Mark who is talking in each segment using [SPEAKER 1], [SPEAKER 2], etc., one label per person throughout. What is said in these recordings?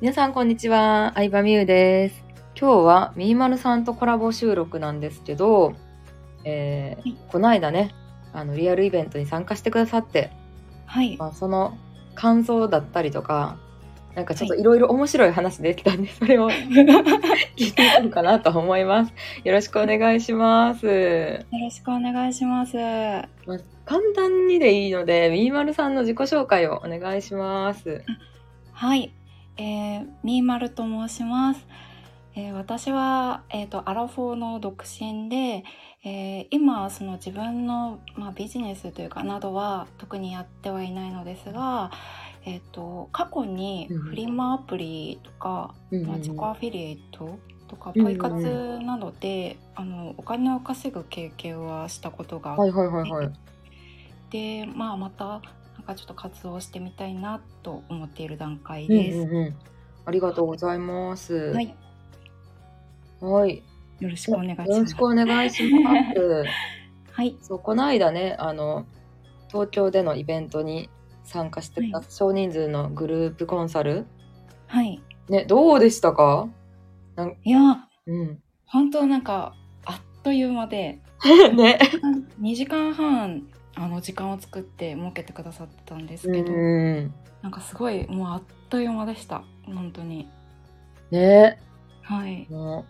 [SPEAKER 1] 皆さんこんにちは、相葉美優です。今日はみーまるさんとコラボ収録なんですけど、えー
[SPEAKER 2] はい
[SPEAKER 1] この間ね、あのリアルイベントに参加してくださって、
[SPEAKER 2] はい。
[SPEAKER 1] まあ、その感想だったりとか、なんかちょっといろいろ面白い話できたんで、それを聞
[SPEAKER 2] よ
[SPEAKER 1] いていこうかなと思います。よろしくお願いします。
[SPEAKER 2] ろしくお願いします。は
[SPEAKER 1] まあ簡単にでいいので、みーまるさんの自己紹介をお願いします。
[SPEAKER 2] い。えー、みーまると申します。えー私は、えー、とアラフォーの独身で、えー今その自分の、まあ、ビジネスというかなどは特にやってはいないのですが、えー、と過去にフリマアプリとか、
[SPEAKER 1] うん
[SPEAKER 2] まあ、自己アフィリエイトとかポイ活などで、あのお金を稼ぐ経験はしたことがあって
[SPEAKER 1] はいはいはいはい。
[SPEAKER 2] で、まあ、またなんかちょっと活動してみたいなと思っている段階
[SPEAKER 1] うん
[SPEAKER 2] です。
[SPEAKER 1] うんうんありがとうございます。
[SPEAKER 2] は
[SPEAKER 1] はい。
[SPEAKER 2] い、
[SPEAKER 1] はい、
[SPEAKER 2] よろしくお願いし
[SPEAKER 1] よろ
[SPEAKER 2] ま
[SPEAKER 1] し
[SPEAKER 2] す
[SPEAKER 1] く。お願いし ます。
[SPEAKER 2] はい、
[SPEAKER 1] そうこの間ね、あの東京でのイベントに参加してくだ
[SPEAKER 2] は
[SPEAKER 1] 少人数のグループコンサル
[SPEAKER 2] はい、
[SPEAKER 1] ねどうでしたか？
[SPEAKER 2] いや、
[SPEAKER 1] うん。
[SPEAKER 2] 本当なんかあっという間で、
[SPEAKER 1] ね。
[SPEAKER 2] 2時間半。あの時間を作って設けてくださったんです
[SPEAKER 1] う
[SPEAKER 2] けど、
[SPEAKER 1] ん。
[SPEAKER 2] なんかすごいもうあっという間でした。本当に。
[SPEAKER 1] ね。
[SPEAKER 2] はい。
[SPEAKER 1] も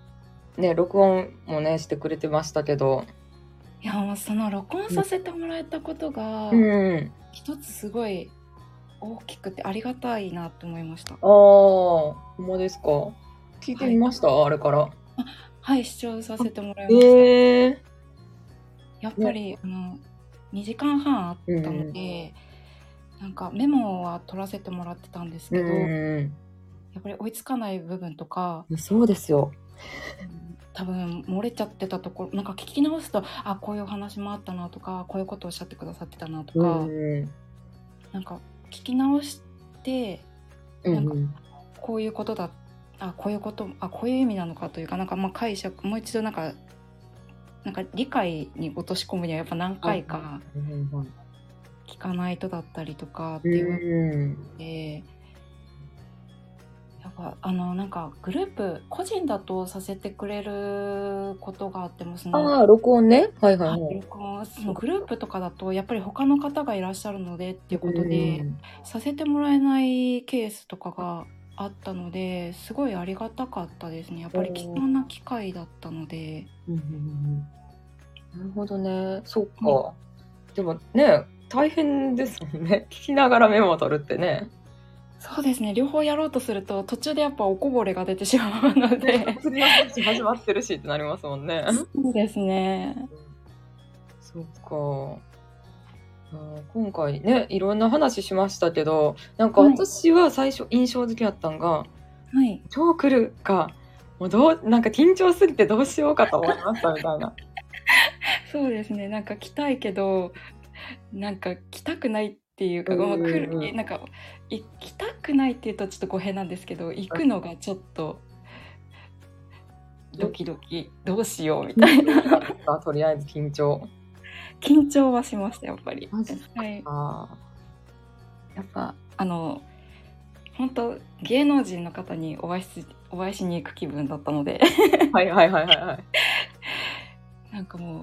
[SPEAKER 1] うね録音もねしてくれてましたけど。
[SPEAKER 2] いや、もうその録音させてもらえたことが
[SPEAKER 1] う、ん。
[SPEAKER 2] 一つすごい大きくてありがたいなと思いました。
[SPEAKER 1] ああ、ほんまですか？聞いてみました、あれから。
[SPEAKER 2] はい、視聴させてもらいました。
[SPEAKER 1] ええ
[SPEAKER 2] やっぱり、あの2時間半あったので、なんかメモは取らせてもらってたんです
[SPEAKER 1] ー。
[SPEAKER 2] けど、や
[SPEAKER 1] う
[SPEAKER 2] っぱり追いつかない部分とか
[SPEAKER 1] ん。そうですよ。
[SPEAKER 2] 多分漏れちゃってたところなんか聞き直すとあこういうお話もあったなとかこういうことをおっしゃってくださってたなとか、
[SPEAKER 1] うん。
[SPEAKER 2] なんか聞き直して
[SPEAKER 1] うん
[SPEAKER 2] なんか
[SPEAKER 1] うん
[SPEAKER 2] こういうことだあこういうことあこういう意味なのかというかなんかまあ解釈もう一度なんかなんか理解に落とし込むにはやっぱ何回か聞かないとだったりとかって
[SPEAKER 1] う
[SPEAKER 2] いう部分
[SPEAKER 1] ん
[SPEAKER 2] でやっぱあのなんかグループ個人だとさせてくれることがあってもそ
[SPEAKER 1] あ
[SPEAKER 2] の
[SPEAKER 1] あ録音ねはいはいはい
[SPEAKER 2] 録音そのグループとかだとやっぱり他の方がいらっしゃるのでっていうことで、させてもらえないケースとかがあったのですごいありがたかったですねやっぱり貴重な機会だったので
[SPEAKER 1] うんうんうんうんなるほどねそっかでもね大変ですもんね 聞きながらメモを取るってね
[SPEAKER 2] そうですね両方やろうとすると途中でやっぱおこぼれが出てしまうので
[SPEAKER 1] 次の話始まってるしってなりますもん ね
[SPEAKER 2] そうですね
[SPEAKER 1] そっかあー今回ねいろんな話しましたけどなんか
[SPEAKER 2] はい
[SPEAKER 1] 私は最初印象付きだったんが、
[SPEAKER 2] はい
[SPEAKER 1] 今日来るかもうどうなんか緊張すぎてどうしようかと思いましたみたい な
[SPEAKER 2] そうですねなんか来たいけどなんか来たくないっていうか、
[SPEAKER 1] うんうんうん
[SPEAKER 2] まあ来るなんか行きたくないっていうとちょっと語弊なんですけど行くのがちょっとドキドキどうしようみたいな
[SPEAKER 1] あとりあえず緊張
[SPEAKER 2] 緊張はしましたやっぱり
[SPEAKER 1] マジです。
[SPEAKER 2] はい、
[SPEAKER 1] あ
[SPEAKER 2] やっぱあの本当芸能人の方にお会いしお会いしに行く気分だったので
[SPEAKER 1] ーはいはいはいはいはい
[SPEAKER 2] なんかもう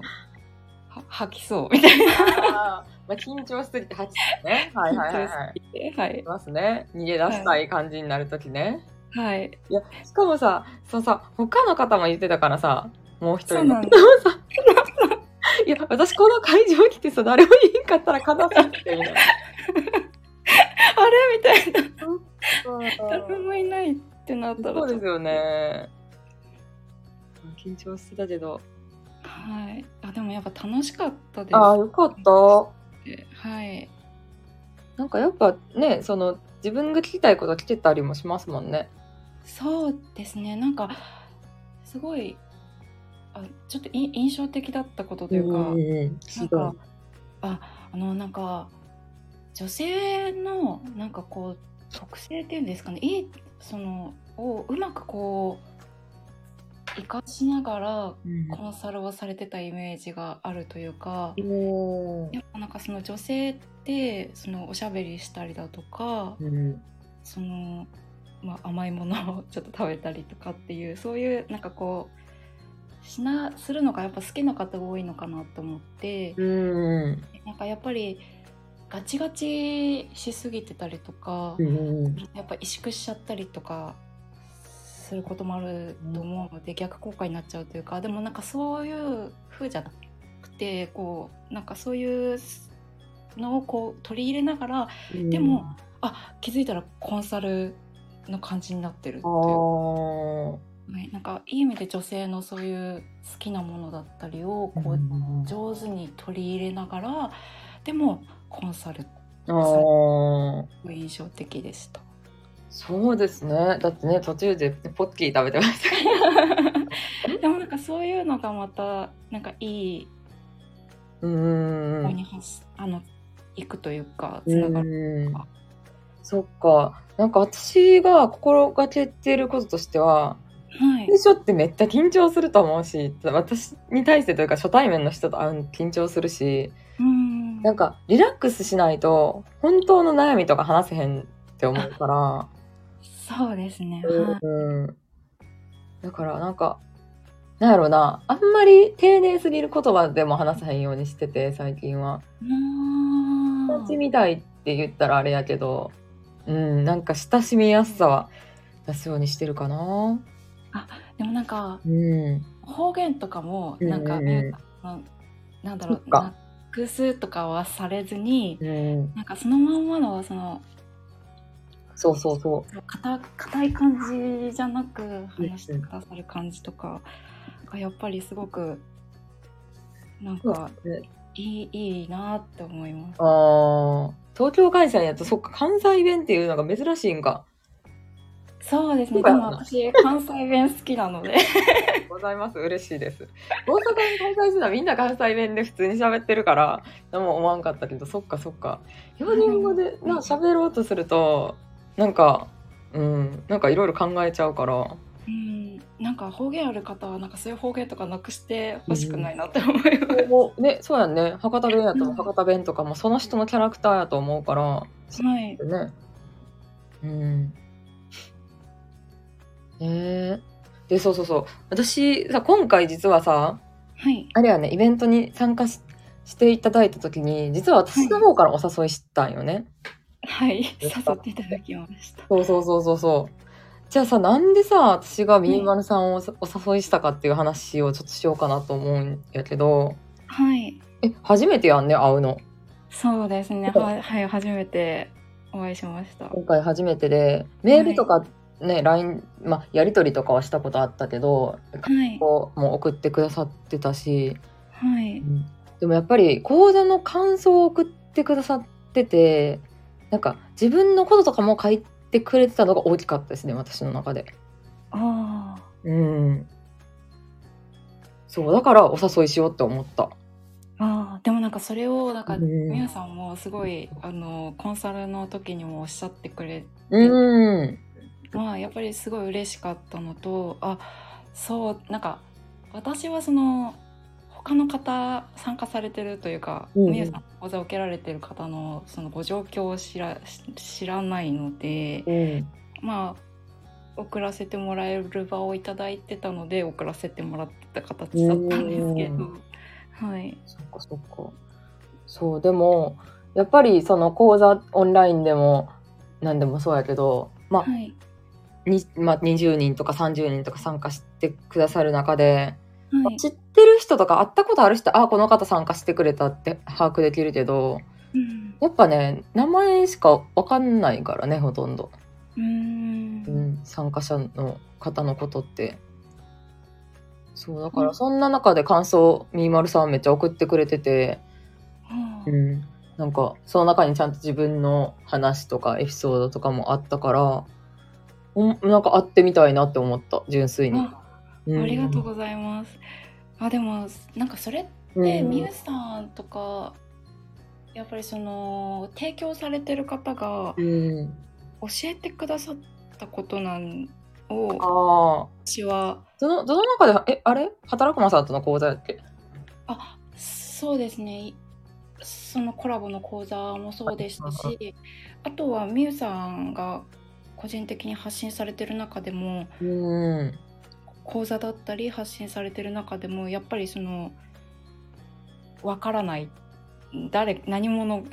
[SPEAKER 2] は吐きそうみたいな
[SPEAKER 1] あーまあ緊張しすぎて吐きそうねはいはいはいはい
[SPEAKER 2] 緊張しすぎてはい
[SPEAKER 1] い、ますね逃げ出したい感じになるときね、
[SPEAKER 2] はい、
[SPEAKER 1] い、やしかもさそうさ他の方も言ってたからさもう一
[SPEAKER 2] そう
[SPEAKER 1] 人
[SPEAKER 2] な
[SPEAKER 1] の
[SPEAKER 2] んです
[SPEAKER 1] いや私この会場来てさ誰もいんかったら肩さってみたいな
[SPEAKER 2] あれみたいな
[SPEAKER 1] そう
[SPEAKER 2] 誰もいないってなったら
[SPEAKER 1] そうですよね緊張してたけど
[SPEAKER 2] はいあでもやっぱ楽しかったです
[SPEAKER 1] ああよかった
[SPEAKER 2] はい
[SPEAKER 1] なんかやっぱねその自分が聞きたいこと聞けたりもしますもんね
[SPEAKER 2] そうですねなんかすごいあちょっとい印象的だったことというか、なんかああのなんか女性のなんかこう特性っていうんですかねいいそのをうまくこう活かしながらコンサルをされてたイメージがあるというか、
[SPEAKER 1] うん
[SPEAKER 2] やっぱなんかその女性ってそのおしゃべりしたりだとかそのまあ、甘いものをちょっと食べたりとかっていうそういうなんかこうしなするのがやっぱ好きな方が多いのかなと思って、
[SPEAKER 1] うん
[SPEAKER 2] なんかやっぱりガチガチしすぎてたりとか、
[SPEAKER 1] うん
[SPEAKER 2] やっぱ萎縮しちゃったりとかすることもあると思うので、逆効果になっちゃうというかでもなんかそういう風じゃなくてこうなんかそういうのをこう取り入れながら
[SPEAKER 1] うん
[SPEAKER 2] でもあ気づいたらコンサルの感じになってるって
[SPEAKER 1] あ
[SPEAKER 2] いう
[SPEAKER 1] ー
[SPEAKER 2] ねなんかいい意味で女性のそういう好きなものだったりをこう上手に取り入れながらでもコンサル
[SPEAKER 1] あー
[SPEAKER 2] 印象的でした。
[SPEAKER 1] そうですねだってね途中でポッキー食べてました
[SPEAKER 2] でもなんかそういうのがまたなんかいい
[SPEAKER 1] うん
[SPEAKER 2] 方に発あの行くというかつながる。
[SPEAKER 1] うん
[SPEAKER 2] か
[SPEAKER 1] そっかなんか私が心がけてることとしては
[SPEAKER 2] はい
[SPEAKER 1] 最。初ってめっちゃ緊張すると思うし私に対してというか初対面の人と会うの緊張するし
[SPEAKER 2] うん。
[SPEAKER 1] なんかリラックスしないと本当の悩みとか話せへんって思うから、
[SPEAKER 2] そうですね。はい。
[SPEAKER 1] うん、だからなんかなんやろうなあんまり丁寧すぎる言葉でも話さへんようにしてて最近は。
[SPEAKER 2] うん
[SPEAKER 1] 友達みたいって言ったらあれやけどうんなんか親しみやすさは出すようにしてるかな。
[SPEAKER 2] でもなんか
[SPEAKER 1] うん、
[SPEAKER 2] 方言とかもなんか、
[SPEAKER 1] うんうん
[SPEAKER 2] あのなんだろ
[SPEAKER 1] そうっか
[SPEAKER 2] なくすとかはされずに、
[SPEAKER 1] うん、
[SPEAKER 2] なんかそのまんまのその
[SPEAKER 1] そうそうそう
[SPEAKER 2] 硬硬い感じじゃなく話してくださる感じとかがやっぱりすごくなんか
[SPEAKER 1] そうです
[SPEAKER 2] いいいいなって思います。
[SPEAKER 1] あー東京開催やとそっか関西弁っていうのが珍しいんか。
[SPEAKER 2] そうですね。
[SPEAKER 1] そ
[SPEAKER 2] で
[SPEAKER 1] うだ
[SPEAKER 2] も私関西弁好きなので
[SPEAKER 1] ございます嬉しいです。大阪に滞在してたらみんな関西弁で普通に喋ってるから何も思わんかったけどそっかそっか。標準語でな喋ろうとするとなんかうんなんかいろいろ考えちゃうから。
[SPEAKER 2] うんなんか方言ある方はなんかそういう方言とかなくしてほしくないなって思います。
[SPEAKER 1] もうね、そうやんね博多弁やと博多弁とかもその人のキャラクターやと思うから
[SPEAKER 2] はい。
[SPEAKER 1] ねうんえー、でそうそうそう私さ今回実はさ
[SPEAKER 2] はい。
[SPEAKER 1] あれやねイベントに参加ししていただいた時に実は私の方からお誘いしたんよね、
[SPEAKER 2] はい。誘
[SPEAKER 1] よかった
[SPEAKER 2] っていただきました。
[SPEAKER 1] そうそうそうそうそうじゃあさなんでさ私がみーまるさんをさお誘いしたかっていう話をちょっとしようかなと思うんやけど
[SPEAKER 2] はい。
[SPEAKER 1] え初めてやんね会うの
[SPEAKER 2] そうですね。ははい。初めてお会いしました。
[SPEAKER 1] 今回初めてでメールとかね、LINE、まあ、やり取りとかはしたことあったけど
[SPEAKER 2] はい。
[SPEAKER 1] こうもう送ってくださってたし、
[SPEAKER 2] はい。
[SPEAKER 1] でもやっぱり講座の感想を送ってくださっててなんか自分のこととかも書いてくれてたのが大きかったですね私の中で。
[SPEAKER 2] ああ。
[SPEAKER 1] うんそうだからお誘いしようって思った。
[SPEAKER 2] ああでもなんかそれをなんか
[SPEAKER 1] うん
[SPEAKER 2] みやさんもすごいあのコンサルの時にもおっしゃってくれ
[SPEAKER 1] うん、
[SPEAKER 2] まあやっぱりすごい嬉しかったのとあそうなんか私はその他の方参加されてるというか
[SPEAKER 1] うんうん
[SPEAKER 2] みやさんの講座を受けられてる方のそのご状況を知らし知らないので
[SPEAKER 1] うん、
[SPEAKER 2] まあ送らせてもらえる場をいただいてたので送らせてもらってた形だったんですけ
[SPEAKER 1] う
[SPEAKER 2] どはい。
[SPEAKER 1] そっかそっか。そうでもやっぱりその講座オンラインでも何でもそうやけど、まあ
[SPEAKER 2] はい
[SPEAKER 1] にまあ、20人とか30人とか参加してくださる中で、
[SPEAKER 2] はい
[SPEAKER 1] 知ってる人とか会ったことある人あこの方参加してくれたって把握できるけど
[SPEAKER 2] うん
[SPEAKER 1] やっぱね名前しか分かんないからねほとんど、
[SPEAKER 2] うーん
[SPEAKER 1] うん、参加者の方のことってそうだからそんな中で感想みーまるさんめっちゃ送ってくれてて、
[SPEAKER 2] はあ
[SPEAKER 1] うん、なんかその中にちゃんと自分の話とかエピソードとかもあったからおなんか会ってみたいなって思った純粋に。
[SPEAKER 2] あありがとうございます。あでもなんかそれって
[SPEAKER 1] うん
[SPEAKER 2] みゆさんとかやっぱりその提供されてる方が
[SPEAKER 1] うん、
[SPEAKER 2] 教えてくださったことなんを
[SPEAKER 1] ああ
[SPEAKER 2] 私は
[SPEAKER 1] どのどの中でえあれ働くまさんとの講座やっけ
[SPEAKER 2] あそうですねそのコラボの講座もそうでしたしあとはみゆさんが個人的に発信されてる中でも
[SPEAKER 1] うん
[SPEAKER 2] 講座だったり発信されてる中でもやっぱりそのわからない誰何者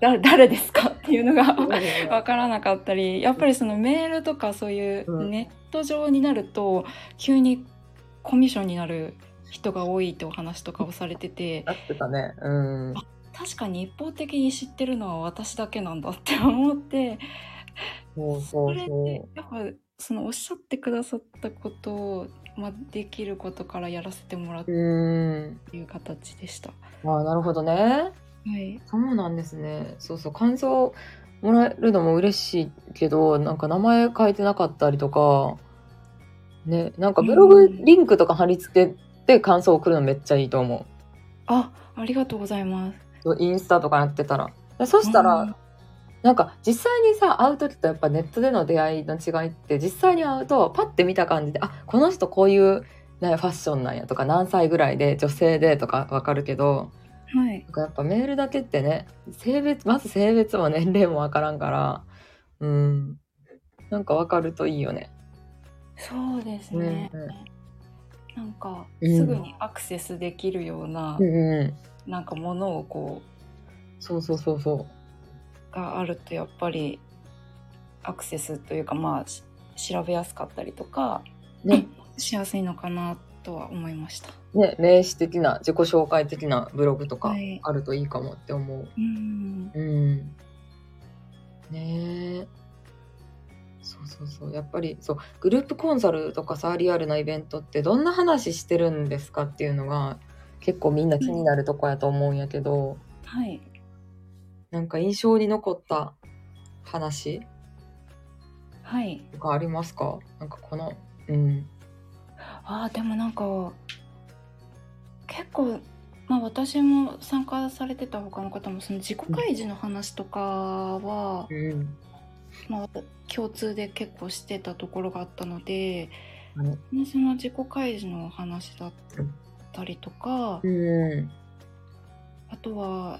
[SPEAKER 2] 誰誰ですかっていうのが わからなかったりやっぱりそのメールとかそういうネット上になると急にコミッションになる人が多いってお話とかをされてて
[SPEAKER 1] 合ってたねうん
[SPEAKER 2] 確かに一方的に知ってるのは私だけなんだって思って
[SPEAKER 1] そう
[SPEAKER 2] そ
[SPEAKER 1] そう
[SPEAKER 2] れっ
[SPEAKER 1] そ
[SPEAKER 2] てやっぱそのおっしゃってくださったことを、まあ、できることからやらせてもらうっ
[SPEAKER 1] う
[SPEAKER 2] て
[SPEAKER 1] うん
[SPEAKER 2] いう形でした。
[SPEAKER 1] ああなるほどね
[SPEAKER 2] はい、
[SPEAKER 1] そうなんですねそうそう感想もらえるのも嬉しいけどなんか名前書いてなかったりとかねなんかブログリンクとか貼り付けて感想送るのめっちゃいいと思う
[SPEAKER 2] あありがとうございます。
[SPEAKER 1] そうインスタとかやってたらでそしたら、
[SPEAKER 2] うん
[SPEAKER 1] なんか実際にさ会う時とやっぱネットでの出会いの違いって実際に会うとパッて見た感じであこの人こういうなんやファッションなんやとか何歳ぐらいで女性でとかわかるけど
[SPEAKER 2] はい
[SPEAKER 1] なんかやっぱメールだけってね性別まず性別も年齢もわからんからうんなんかわかるといいよね。
[SPEAKER 2] そうですね。
[SPEAKER 1] うんう
[SPEAKER 2] なんか、
[SPEAKER 1] うん
[SPEAKER 2] すぐにアクセスできるような、
[SPEAKER 1] うんう
[SPEAKER 2] なんかものをこ
[SPEAKER 1] ん、そうそうそうそう
[SPEAKER 2] があるとやっぱりアクセスというかまあし調べやすかったりとか
[SPEAKER 1] う。ね
[SPEAKER 2] しやすいのかなとは思いました。
[SPEAKER 1] ね名詞的な自己紹介的なブログとか
[SPEAKER 2] はい
[SPEAKER 1] あるといいかもって思う。
[SPEAKER 2] うん
[SPEAKER 1] うん。ねえ。そうそうそう。やっぱりそうグループコンサルとかさリアルなイベントってどんな話してるんですかっていうのが結構みんな気になるとこやと思うんやけど、
[SPEAKER 2] はい。
[SPEAKER 1] なんか印象に残った話
[SPEAKER 2] はい。
[SPEAKER 1] とかありますかなんかこのうん
[SPEAKER 2] あーでもなんか結構まあ私も参加されてた他の方もその自己開示の話とかは、
[SPEAKER 1] うん
[SPEAKER 2] まあ、共通で結構してたところがあったので、
[SPEAKER 1] はい
[SPEAKER 2] ねその自己開示のお話だったりとか、
[SPEAKER 1] うん
[SPEAKER 2] あとは、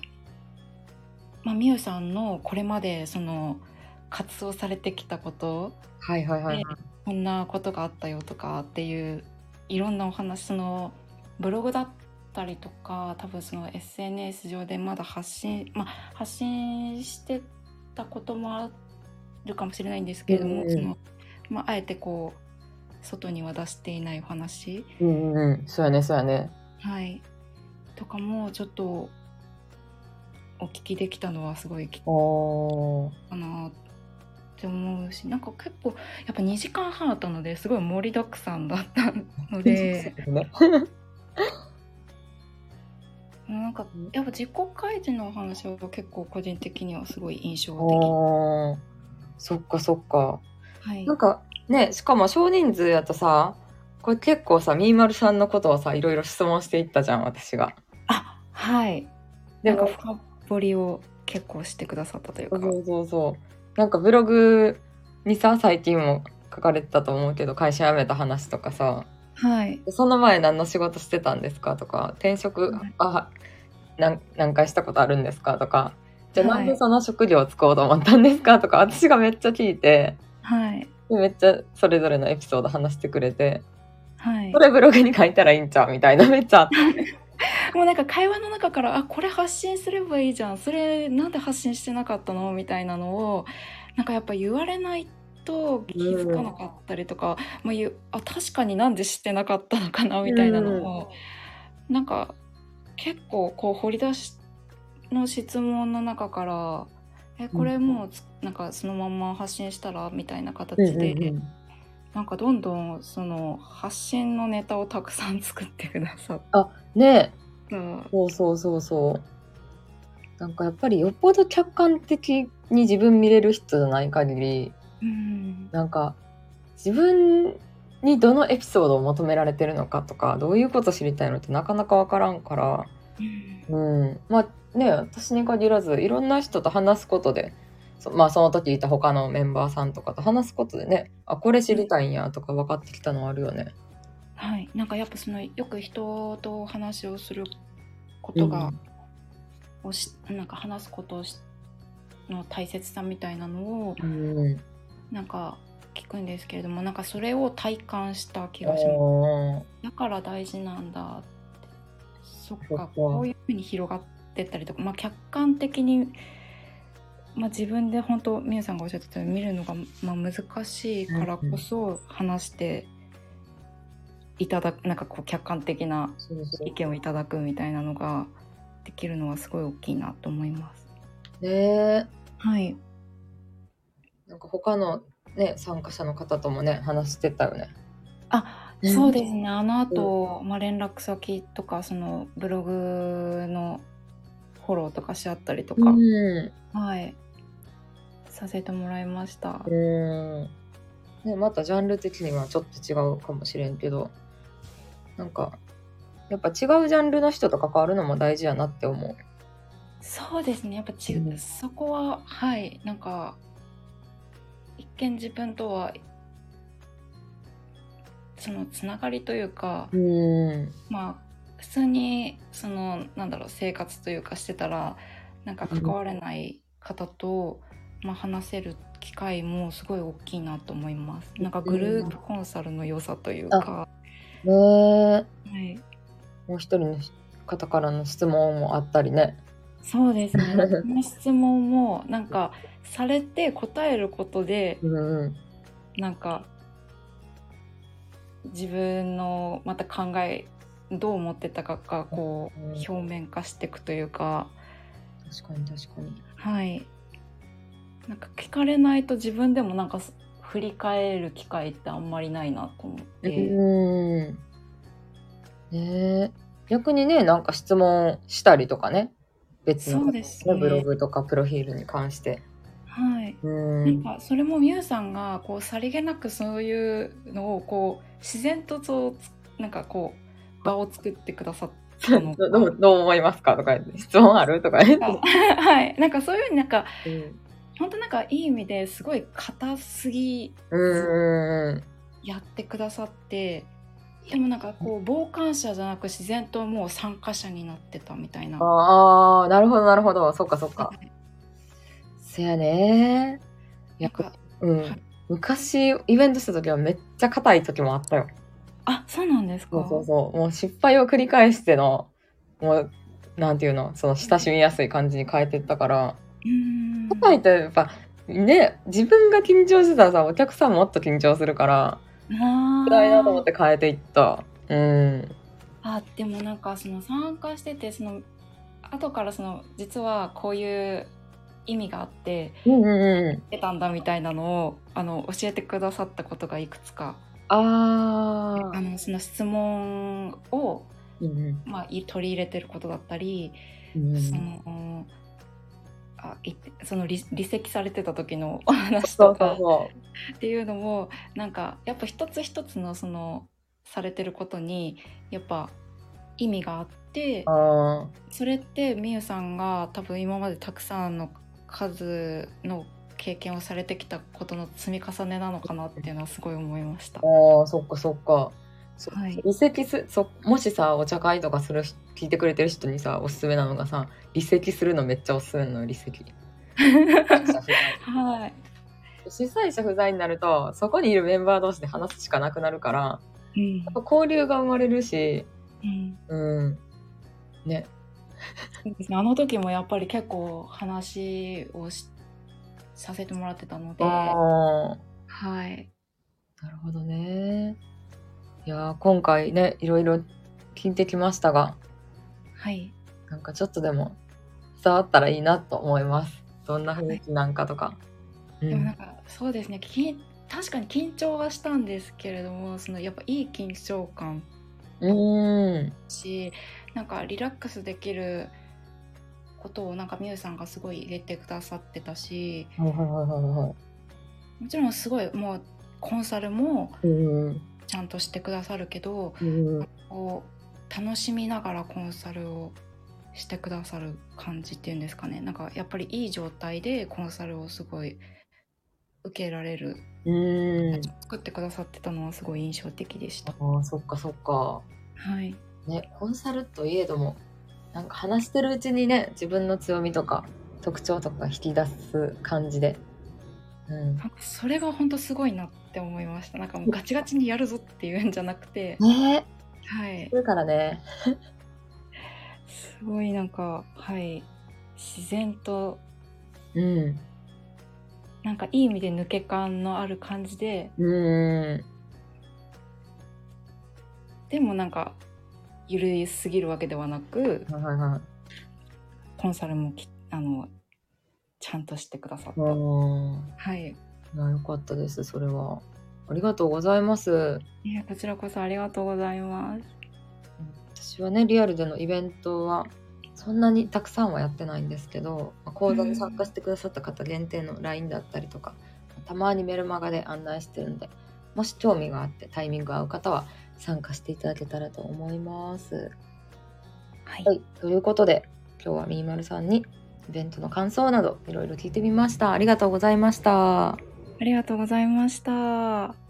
[SPEAKER 2] まあ、みゆさんのこれまでその活動されてきたこと
[SPEAKER 1] はいはいはいはい、
[SPEAKER 2] こんなことがあったよとかっていういろんなお話そのブログだったりとか多分その SNS 上でまだ発信まあ発信してたこともあるかもしれないんですけれども、
[SPEAKER 1] うんうん
[SPEAKER 2] そのまあ、あえてこう外には出していないお話、
[SPEAKER 1] うんうんうんそうやねそうやね
[SPEAKER 2] はい、とかもちょっとお聞きできたのはすごい貴重
[SPEAKER 1] おー
[SPEAKER 2] かなって思うしなんか結構やっぱ2時間半あったのですごい盛りだくさんだったの で
[SPEAKER 1] ね
[SPEAKER 2] なんかやっぱ自己開示のお話は結構個人的にはすごい印象的。
[SPEAKER 1] おーそっかそっか
[SPEAKER 2] はい
[SPEAKER 1] なんかねしかも少人数やとさこれ結構さみーまるさんのことをさいろいろ質問していったじゃん私が。
[SPEAKER 2] あはい。
[SPEAKER 1] で
[SPEAKER 2] なん
[SPEAKER 1] も
[SPEAKER 2] か深掘りを結構してくださったという
[SPEAKER 1] そ
[SPEAKER 2] か。
[SPEAKER 1] うそうそうなんかブログにさ最近も書かれてたと思うけど会社辞めた話とかさ
[SPEAKER 2] はい。
[SPEAKER 1] 「その前何の仕事してたんですか?」とか「転職
[SPEAKER 2] はい
[SPEAKER 1] あ何何回したことあるんですか?」とか「じゃあ
[SPEAKER 2] は
[SPEAKER 1] ないんでその職業を使おうと思ったんですか?」とか私がめっちゃ聞いて
[SPEAKER 2] はい。
[SPEAKER 1] でめっちゃそれぞれのエピソード話してくれて
[SPEAKER 2] はい
[SPEAKER 1] そ。れブログに書いたらいいんちゃうみたいなめっちゃあった
[SPEAKER 2] もうなんか会話の中から、あ、これ発信すればいいじゃん。それなんで発信してなかったのみたいなのを、なんかやっぱ言われないと気づかなかったりとか、まあ、ゆあ確かになんで知ってなかったのかなみたいなのを、なんか結構こう掘り出しの質問の中から、え、これもうつなんかそのまんま発信したらみたいな形で、なんかどんどんその発信のネタをたくさん作ってくださっ
[SPEAKER 1] ね
[SPEAKER 2] た。
[SPEAKER 1] そうそうそうそうなんかやっぱりよっぽど客観的に自分見れる人じゃない限り
[SPEAKER 2] うん
[SPEAKER 1] なんか自分にどのエピソードを求められてるのかとかどういうこと知りたいのってなかなか分からんから
[SPEAKER 2] うん
[SPEAKER 1] うんまあね私に限らずいろんな人と話すことでそまあその時いた他のメンバーさんとかと話すことでねあこれ知りたいんやとか分かってきたのはあるよね。
[SPEAKER 2] はい、なんかやっぱそのよく人とお話をすることが、をしなんか話すことをしの大切さみたいなのを
[SPEAKER 1] うん、
[SPEAKER 2] なんか聞くんですけれどもなんかそれを体感した気がします
[SPEAKER 1] おー
[SPEAKER 2] だから大事なんだってそっ
[SPEAKER 1] そっ
[SPEAKER 2] か
[SPEAKER 1] か
[SPEAKER 2] こういうふうに広がってったりとか、まあ、客観的に、まあ、自分で本当みゆさんがおっしゃってたように見るのが、まあ、難しいからこそ話していただくなんかこう客観的な
[SPEAKER 1] そうそう
[SPEAKER 2] 意見をいただくみたいなのができるのはすごい大きいなと思います。
[SPEAKER 1] ね
[SPEAKER 2] はい、
[SPEAKER 1] えなんか他のね参加者の方ともね話してたよね
[SPEAKER 2] あ
[SPEAKER 1] うん
[SPEAKER 2] そうですねあの後、まあ連絡先とかそのブログのフォローとかし合ったりとか、
[SPEAKER 1] うん
[SPEAKER 2] はい。させてもらいました。
[SPEAKER 1] うんねまたジャンル的にはちょっと違うかもしれんけどなんかやっぱ違うジャンルの人と関わるのも大事やなって思う
[SPEAKER 2] そうですね。やっぱち、
[SPEAKER 1] うん
[SPEAKER 2] そこははいなんか一見自分とはそのつながりというか、
[SPEAKER 1] うん
[SPEAKER 2] まあ普通にそのなんだろう生活というかしてたらなんか関われない方と、まあ話せる機会もすごい大きいなと思います。なんかグループコンサルの良さというか、
[SPEAKER 1] ねえ
[SPEAKER 2] はい。
[SPEAKER 1] もう一人の方からの質問もあったりね
[SPEAKER 2] そうですね。この質問もなんかされて答えることで
[SPEAKER 1] うんうん
[SPEAKER 2] なんか自分のまた考えどう思ってたかがこう
[SPEAKER 1] うん
[SPEAKER 2] 表面化していくというか、
[SPEAKER 1] 確かに確かに
[SPEAKER 2] はい。なんか聞かれないと自分でもなんか振り返る機会ってあんまりないなと思って。
[SPEAKER 1] うん。ねえ逆にね、なんか質問したりとかね。別の方
[SPEAKER 2] そう
[SPEAKER 1] の
[SPEAKER 2] ですね
[SPEAKER 1] ブログとかプロフィールに関して。
[SPEAKER 2] はい。
[SPEAKER 1] う
[SPEAKER 2] なん
[SPEAKER 1] ん。
[SPEAKER 2] かそれもみゆさんがこうさりげなくそういうのをこう自然とそうつなんかこう場を作ってくださった の
[SPEAKER 1] どどうどう思いますかとか言って質問ある とか言って。
[SPEAKER 2] はいなんかそういうふうになんか
[SPEAKER 1] うん
[SPEAKER 2] 本当なんかいい意味ですごい硬すぎ
[SPEAKER 1] うん
[SPEAKER 2] やってくださってでもなんかこう傍観者じゃなく自然ともう参加者になってたみたいな。
[SPEAKER 1] ああ、なるほどなるほど。そっかそっか
[SPEAKER 2] は。い
[SPEAKER 1] せやね
[SPEAKER 2] な
[SPEAKER 1] や
[SPEAKER 2] んか
[SPEAKER 1] うん。昔イベントした時はめっちゃ硬い時もあったよ。
[SPEAKER 2] あそうなんです
[SPEAKER 1] そう
[SPEAKER 2] か
[SPEAKER 1] そうそう。もう失敗を繰り返しての、もう、なんていうの、その親しみやすい感じに変えてったから、
[SPEAKER 2] うーん
[SPEAKER 1] 硬いとやっぱ、ね、自分が緊張してたらさ、お客さんもっと緊張するから、
[SPEAKER 2] あー
[SPEAKER 1] 辛いなと思って変えていった。うん。
[SPEAKER 2] あでもなんかその参加しててその後からその実はこういう意味があって
[SPEAKER 1] うんうんうん。
[SPEAKER 2] 出たんだみたいなのをあの教えてくださったことがいくつか
[SPEAKER 1] あ
[SPEAKER 2] あ
[SPEAKER 1] あ。
[SPEAKER 2] のその質問を、
[SPEAKER 1] うん
[SPEAKER 2] まあ、い取り入れてることだったり、
[SPEAKER 1] うん。
[SPEAKER 2] そのあいその離離席されてた時のお話
[SPEAKER 1] そ
[SPEAKER 2] と
[SPEAKER 1] うそう
[SPEAKER 2] か
[SPEAKER 1] そ
[SPEAKER 2] っていうのもなんかやっぱ一つ一つのそのされてることにやっぱ意味があって。
[SPEAKER 1] う。あ
[SPEAKER 2] それってみゆさんが多分今までたくさんの数の経験をされてきたことの積み重ねなのかなっていうのはすごい思いました
[SPEAKER 1] あ。。ああ、そっかそっか。そ
[SPEAKER 2] はい
[SPEAKER 1] 離席すそもしさお茶会とかする人聞いてくれてる人にさおすすめなのがさ離席するのめっちゃおすすめなの離席
[SPEAKER 2] はい。
[SPEAKER 1] 主催者不在になるとそこにいるメンバー同士で話すしかなくなるからや
[SPEAKER 2] うん
[SPEAKER 1] っぱ交流が生まれるし
[SPEAKER 2] うん
[SPEAKER 1] うんね
[SPEAKER 2] そうですねあの時もやっぱり結構話をしさせてもらってたので、は
[SPEAKER 1] あ
[SPEAKER 2] い。
[SPEAKER 1] ーなるほどねいやー今回ねいろいろ聞いてきましたが
[SPEAKER 2] はい。
[SPEAKER 1] なんかちょっとでも伝わったらいいなと思いますどんな雰囲気なんかとか、う
[SPEAKER 2] でもなん
[SPEAKER 1] ん、
[SPEAKER 2] かそうですね。き確かに緊張はしたんですけれども、そのやっぱいい緊張感
[SPEAKER 1] うん
[SPEAKER 2] しなんかリラックスできることをなんかみゆさんがすごい入れてくださってたし
[SPEAKER 1] はいはいはいはいは
[SPEAKER 2] もちろんすごいもうコンサルも
[SPEAKER 1] い。うん
[SPEAKER 2] ちゃんとしてくださるけど
[SPEAKER 1] うんうん。
[SPEAKER 2] こう楽しみながらコンサルをしてくださる感じっていうんですかねなんかやっぱりいい状態でコンサルをすごい受けられる
[SPEAKER 1] うん。
[SPEAKER 2] 作ってくださってたのはすごい印象的でした。
[SPEAKER 1] ああ、そっかそっか。
[SPEAKER 2] はい、
[SPEAKER 1] ね、コンサルといえども、なんか話してるうちにね、自分の強みとか特徴とか引き出す感じで、うん
[SPEAKER 2] なんかそれが本当すごいなって思いましたなんかもうガチガチにやるぞっていうんじゃなくて、
[SPEAKER 1] ね
[SPEAKER 2] はい
[SPEAKER 1] す、るからね。
[SPEAKER 2] すごいなんかはい自然と
[SPEAKER 1] うん。
[SPEAKER 2] なんかいい意味で抜け感のある感じで
[SPEAKER 1] う
[SPEAKER 2] でもなんかゆるいすぎるわけではなく
[SPEAKER 1] ん。はいはいはい。
[SPEAKER 2] コンサルもきあのちゃんとしてくださった、
[SPEAKER 1] あ
[SPEAKER 2] はい
[SPEAKER 1] あ、なよかったです。それは。ありがとうございます。
[SPEAKER 2] いやこちらこそありがとうございます
[SPEAKER 1] 私はねリアルでのイベントはそんなにたくさんはやってないんですけどまあ講座に参加してくださった方限定の LINE だったりとかたまにメルマガで案内してるんでもし興味があってタイミング合う方は参加していただけたらと思います。
[SPEAKER 2] はい、
[SPEAKER 1] はい、ということで今日はみーまるさんにイベントの感想などいろいろ聞いてみました。ありがとうございました。
[SPEAKER 2] ありがとうございました